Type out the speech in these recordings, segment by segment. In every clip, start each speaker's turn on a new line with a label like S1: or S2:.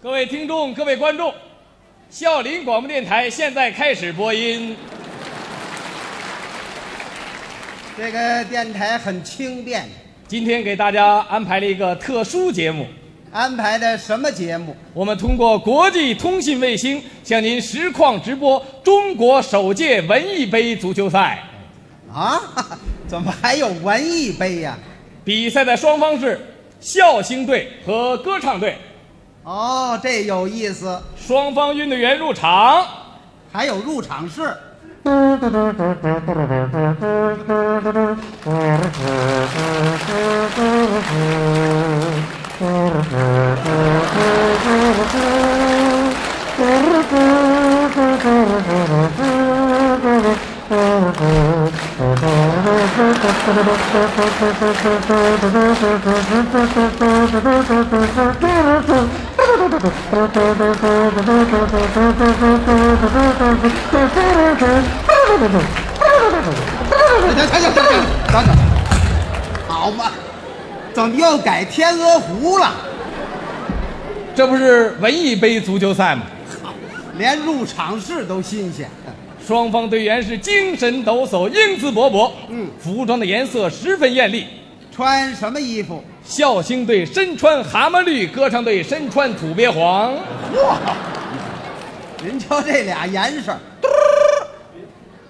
S1: 各位听众，各位观众，孝林广播电台现在开始播音。
S2: 这个电台很轻便，
S1: 今天给大家安排了一个特殊节目，
S2: 安排的什么节目？
S1: 我们通过国际通信卫星向您实况直播中国首届文艺杯足球赛。
S2: 啊，怎么还有文艺杯呀、
S1: 比赛的双方是孝兴队和歌唱队，
S2: 哦，这有意思，
S1: 双方运动员入场。
S2: 还有入场式。行行行行行，等等，好嘛，怎么又改天鹅湖了？
S1: 这不是文艺杯足球赛吗？
S2: 连入场式都新鲜。
S1: 双方队员是精神抖擞，英姿勃勃。
S2: 嗯
S1: 服装的颜色十分艳丽。
S2: 穿什么衣服？
S1: 孝兴队身穿蛤蟆绿，歌唱队身穿土鳖黄。
S2: 嚯，您瞧这俩严实，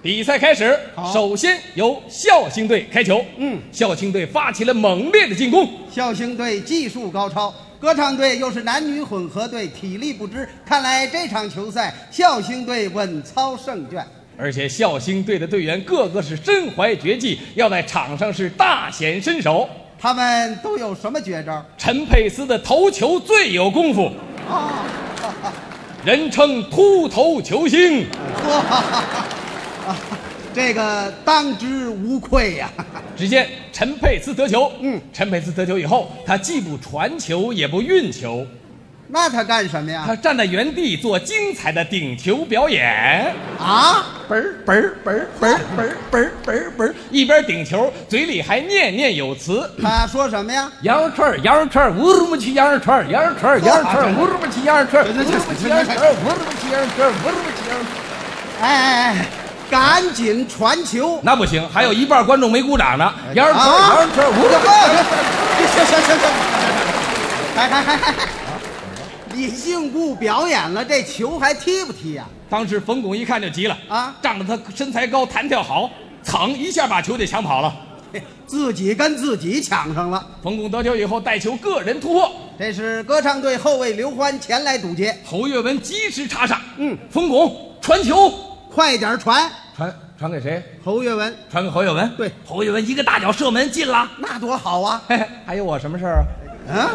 S1: 比赛开始
S2: 好，
S1: 首先由孝兴队开球。
S2: 嗯
S1: 孝兴队发起了猛烈的进攻。
S2: 孝兴队技术高超，歌唱队又是男女混合队，体力不支。看来这场球赛，孝兴队稳操胜券。
S1: 而且孝兴队的队员个个是身怀绝技，要在场上是大显身手。
S2: 他们都有什么绝招？
S1: 陈佩斯的头球最有功夫，
S2: 啊，
S1: 人称秃头球星。
S2: 嚯、啊，这个当之无愧呀、
S1: 只见陈佩斯得球，
S2: 嗯
S1: 陈佩斯得球以后，他既不传球，也不运球，
S2: 那他干什么呀？
S1: 他站在原地做精彩的顶球表演，
S2: 啊，
S1: 嘣儿嘣儿嘣儿嘣儿嘣儿嘣儿嘣儿嘣儿，一边顶球，嘴里还念念有词。
S2: 他说什么呀？
S1: 羊肉串儿，羊肉串儿，乌鲁木齐羊肉串儿，羊肉串儿，羊肉串儿，乌鲁木齐羊肉串儿，乌鲁木齐羊肉串儿，乌鲁木齐羊肉串儿，乌鲁木齐羊肉串儿。
S2: 哎哎哎，赶紧传球！
S1: 那不行，还有一半观众没鼓掌呢。羊肉串
S2: 啊
S1: 儿，羊肉串儿，乌鲁木齐。
S2: 行行行行，还还还还，你硬不表演了，这球还踢不踢呀、
S1: 当时冯巩一看就急了
S2: 啊
S1: 仗着他身材高，弹跳好，噌一下把球给抢跑了。
S2: 自己跟自己抢上了。
S1: 冯巩得球以后带球个人突破，
S2: 这是歌唱队后卫刘欢前来堵截，
S1: 侯跃文及时插上，
S2: 嗯，
S1: 冯巩传球，
S2: 快点传！
S1: 传传给谁？
S2: 侯跃文，
S1: 传给侯跃文。
S2: 对
S1: 侯跃文一个大脚射门进了。
S2: 那多好啊！
S1: 嘿嘿，还有我什么事儿啊？
S2: 嗯，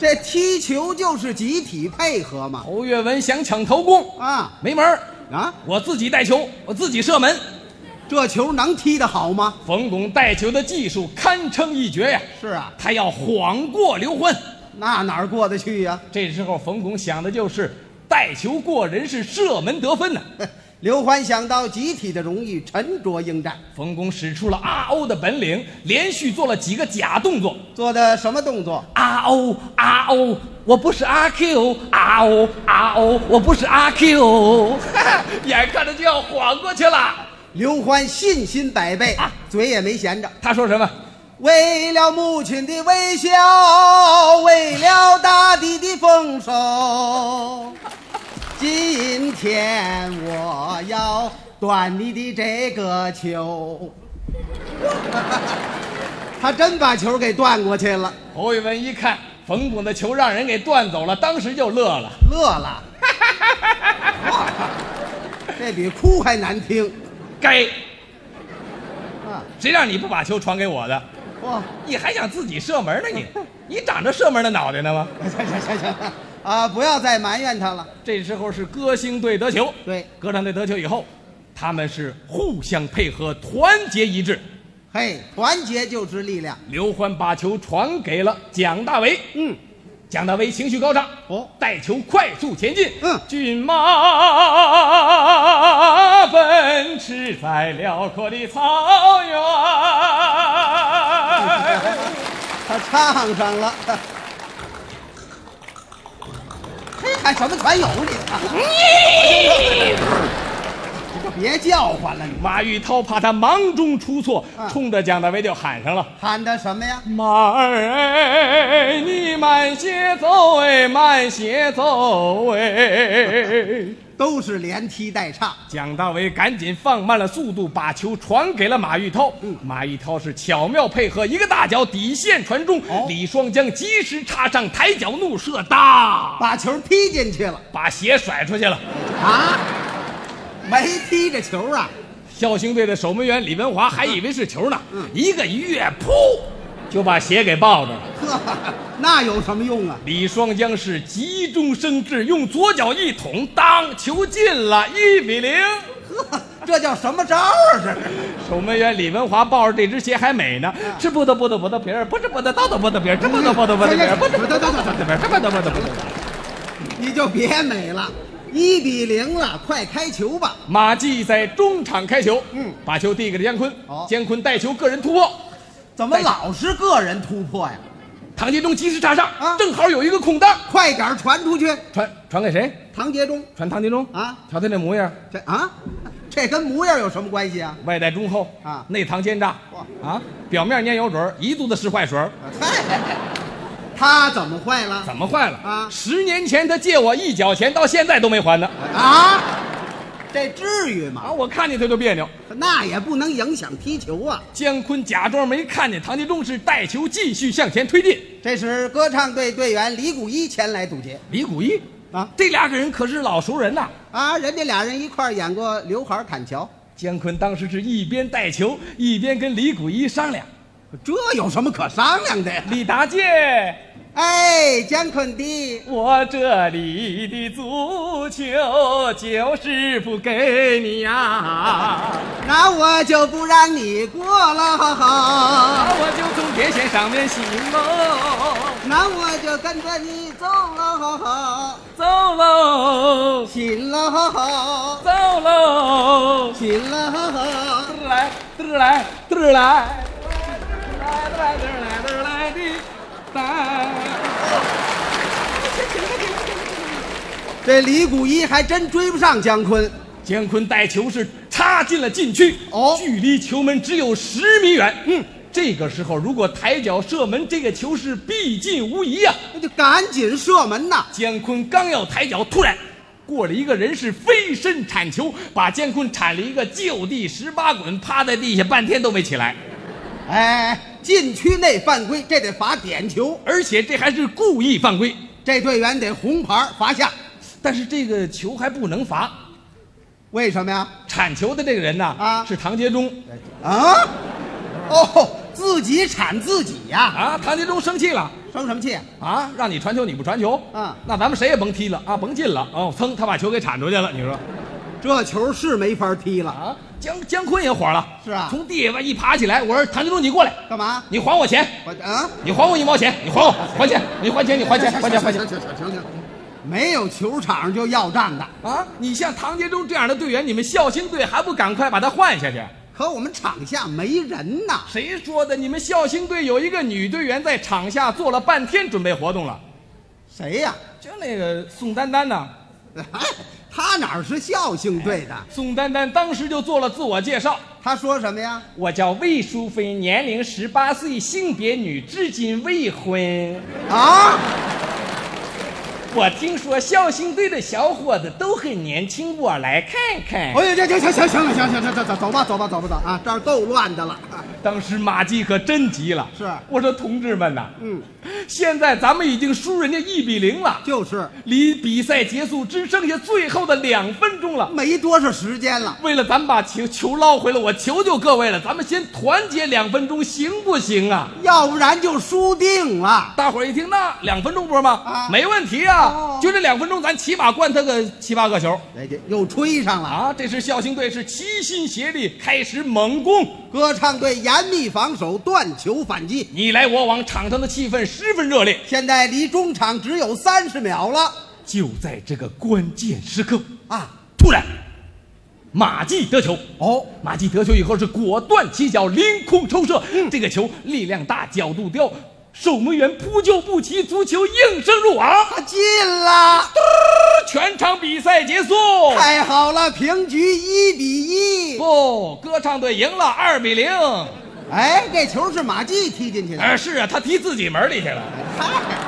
S2: 这踢球就是集体配合嘛。
S1: 侯跃文想抢头功，
S2: 啊
S1: 没门儿。
S2: 啊，
S1: 我自己带球，我自己射门。
S2: 这球能踢得好吗？
S1: 冯巩带球的技术堪称一绝呀，
S2: 是啊，
S1: 他要晃过刘欢。
S2: 那哪儿过得去呀、
S1: 这时候冯巩想的就是带球过人是射门得分呢、
S2: 刘欢想到集体的荣誉，沉着应战，
S1: 冯巩使出了 RO 的本领，连续做了几个假动作
S2: 做的什么动作？
S1: ，RO RO，我啊哦不是阿啊 Q，RO RO，我哦不是阿 Q，眼 看着就要晃过去了。
S2: 刘欢信心百倍
S1: 啊，
S2: 嘴也没闲着。
S1: 他说什么？
S2: 为了母亲的微笑，为了大地的丰收，今天我要断你的这个球。 他真把球给断过去了，
S1: 侯宇文一看冯巩的球让人给断走了，当时就乐了。
S2: 乐了。 这比哭还难听
S1: 该
S2: 啊！
S1: 谁让你不把球传给我的？
S2: 哇，
S1: 你还想自己射门呢 你？你长着射门的脑袋呢吗？
S2: 行行行行啊！不要再埋怨他了。
S1: 这时候是歌星队得球，
S2: 对，
S1: 歌唱队得球以后，他们是互相配合，团结一致。
S2: 嘿，团结就是力量。
S1: 刘欢把球传给了蒋大为，
S2: 嗯，
S1: 蒋大为情绪高涨，
S2: 哦，
S1: 带球快速前进，
S2: 嗯
S1: 骏马奔驰在辽阔的草原。
S2: 他唱上了。传什么传油你啊？你可别叫唤了，你
S1: 马玉涛怕他忙中出错，
S2: 嗯
S1: 冲着蒋大为就喊上了。
S2: 喊的什么呀？
S1: 马儿哎，你慢些走哎，慢些走哎！
S2: 都是连踢带唱，
S1: 蒋大为赶紧放慢了速度，把球传给了马玉涛。马玉涛是巧妙配合，一个大脚底线传中，
S2: 哦
S1: 李双江及时插上，抬脚怒射，哒，
S2: 把球踢进去了
S1: 把鞋甩出去了。
S2: 啊！没踢着球啊！
S1: 校星队的守门员李文华还以为是球呢，一个一跃，噗，就把鞋给抱着了。
S2: 呵，那有什么用啊？
S1: 李双江是急中生智，用左脚一捅，当球进了，一比零。
S2: 呵，这叫什么招啊？这是
S1: 守门员李文华抱着这只鞋还美呢，
S2: 啊
S1: 吃不得不得不得皮儿，不吃不得倒的不得皮儿，吃不得不得不
S2: 哎
S1: 得皮儿，不吃不得倒的不得皮儿，吃不得不得不得。
S2: 你就别美了，一比零了，快开球吧！
S1: 马季在中场开球，
S2: 嗯
S1: 把球递给了姜昆
S2: 好，
S1: 姜昆带球个人突破，
S2: 怎么老是个人突破呀？
S1: 唐杰忠及时插上
S2: 啊，
S1: 正好有一个空档，
S2: 快点儿传出去！
S1: 传传给谁？
S2: 唐杰忠，
S1: 传唐杰忠
S2: 啊
S1: 瞧他这模样，
S2: 这啊，这跟模样有什么关系啊？
S1: 外带忠厚
S2: 啊
S1: 内藏奸诈
S2: 哇
S1: 啊，表面蔫油水儿，一肚子是坏水儿。
S2: 啊嗨，他怎么坏了？
S1: 怎么坏了
S2: 啊
S1: 十年前他借我一角钱，到现在都没还呢。
S2: 啊？这至于吗？
S1: 啊，我看见他就别扭。
S2: 那也不能影响踢球啊！
S1: 姜昆假装没看见，唐杰忠是带球继续向前推进。
S2: 这时，歌唱队队员李谷一前来堵截
S1: 李谷一，
S2: 啊
S1: 这俩个人可是老熟人呐、
S2: 啊！人家俩人一块儿演过《刘海砍桥
S1: 姜昆当时是一边带球，一边跟李谷一商量：“
S2: 这有什么可商量的呀？
S1: 李达介，
S2: 哎，姜昆弟，
S1: 我这里的足球就是不给你啊呀、
S2: 那我就不让你过
S1: 那
S2: 了，
S1: 我就从铁线上面行喽，
S2: 那我就跟着你走了，
S1: 走喽，
S2: 行了，
S1: 走喽。”
S2: 行了，
S1: 嘚儿来，嘚儿来，嘚儿来，嘚儿来，嘚儿来，嘚儿来的来。
S2: 这李谷一还真追不上姜昆。
S1: 姜昆带球是插进了禁区，
S2: 哦
S1: 距离球门只有十米远。嗯，这个时候如果抬脚射门，这个球是必进无疑呀、
S2: 那就赶紧射门呐！
S1: 姜昆刚要抬脚，突然过了一个人是飞身铲球，把姜昆铲了一个就地十八滚，趴在地下半天都没起来，
S2: 哎，禁区内犯规，这得罚点球，
S1: 而且这还是故意犯规。
S2: 这队员得红牌罚下。
S1: 但是这个球还不能罚，
S2: 为什么呀？
S1: 铲球的这个人呐，
S2: 啊
S1: 是唐杰忠
S2: 啊？哦，自己铲自己呀、
S1: 啊。唐杰忠生气了
S2: 生什么气？
S1: 啊，让你传球你不传球，
S2: 啊
S1: 那咱们谁也甭踢了啊，甭进了哦。噌，他把球给铲出去了，你说
S2: 这球是没法踢了。
S1: 啊？姜姜昆也火了，
S2: 是啊
S1: 从地下一爬起来，我说唐杰忠，你过来，
S2: 干嘛？
S1: 你还我钱，
S2: 我啊？
S1: 你还我一毛钱，你还我还钱，你还钱，你还钱，还钱，还钱
S2: 行行行行行，没有球场上就要账的。
S1: 啊！你像唐杰忠这样的队员，你们校星队还不赶快把他换下去？
S2: 可我们场下没人呐，
S1: 谁说的？你们校星队有一个女队员在场下坐了半天准备活动了，
S2: 谁呀、
S1: 就那个宋丹丹呢。
S2: 哎，他哪儿是校庆队的？
S1: 宋丹丹当时就做了自我介绍，
S2: 他说什么呀？
S1: 我叫魏淑芬，年龄十八岁，性别女，至今未婚。
S2: 啊？
S1: 我听说孝兴队的小伙子都很年轻，我来看看。
S2: 哎呀，行行行行行了行行行行走走吧走吧走吧走啊！这儿够乱的了。啊
S1: 当时马季可真急了，
S2: 是啊
S1: 我说同志们呐，
S2: 嗯，
S1: 现在咱们已经输人家一比零了，
S2: 就是
S1: 离比赛结束只剩下最后的两分钟了。
S2: 没多少时间了。
S1: 为了咱把球球捞回来，我求求各位了，咱们先团结两分钟，行不行啊？
S2: 要不然就输定了。
S1: 大伙儿一听，那两分钟不是吗？
S2: 啊
S1: 没问题啊，
S2: 哦
S1: 就这两分钟，咱起码灌他个七八个球
S2: 哎，这又吹上了。
S1: 啊啊！这是校星队是齐心协力，开始猛攻，
S2: 歌唱队严密防守，断球反击。
S1: 你来我往，场上的气氛十分热烈。
S2: 现在离中场只有三十秒了
S1: 就在这个关键时刻，
S2: 啊！
S1: 突然，马季得球。
S2: 哦，
S1: 马季得球以后是果断起脚，凌空抽射，
S2: 嗯
S1: 这个球力量大，角度刁，
S2: 嗯
S1: 守门员扑救不齐，足球应声入网。
S2: 他进了。
S1: 全场比赛结束。
S2: 太好了，平局一比一。
S1: 不，哦歌唱队赢了，二比零。
S2: 哎，这球是马季踢进去的。
S1: 哎，是啊，他踢自己门里去了。
S2: 嗨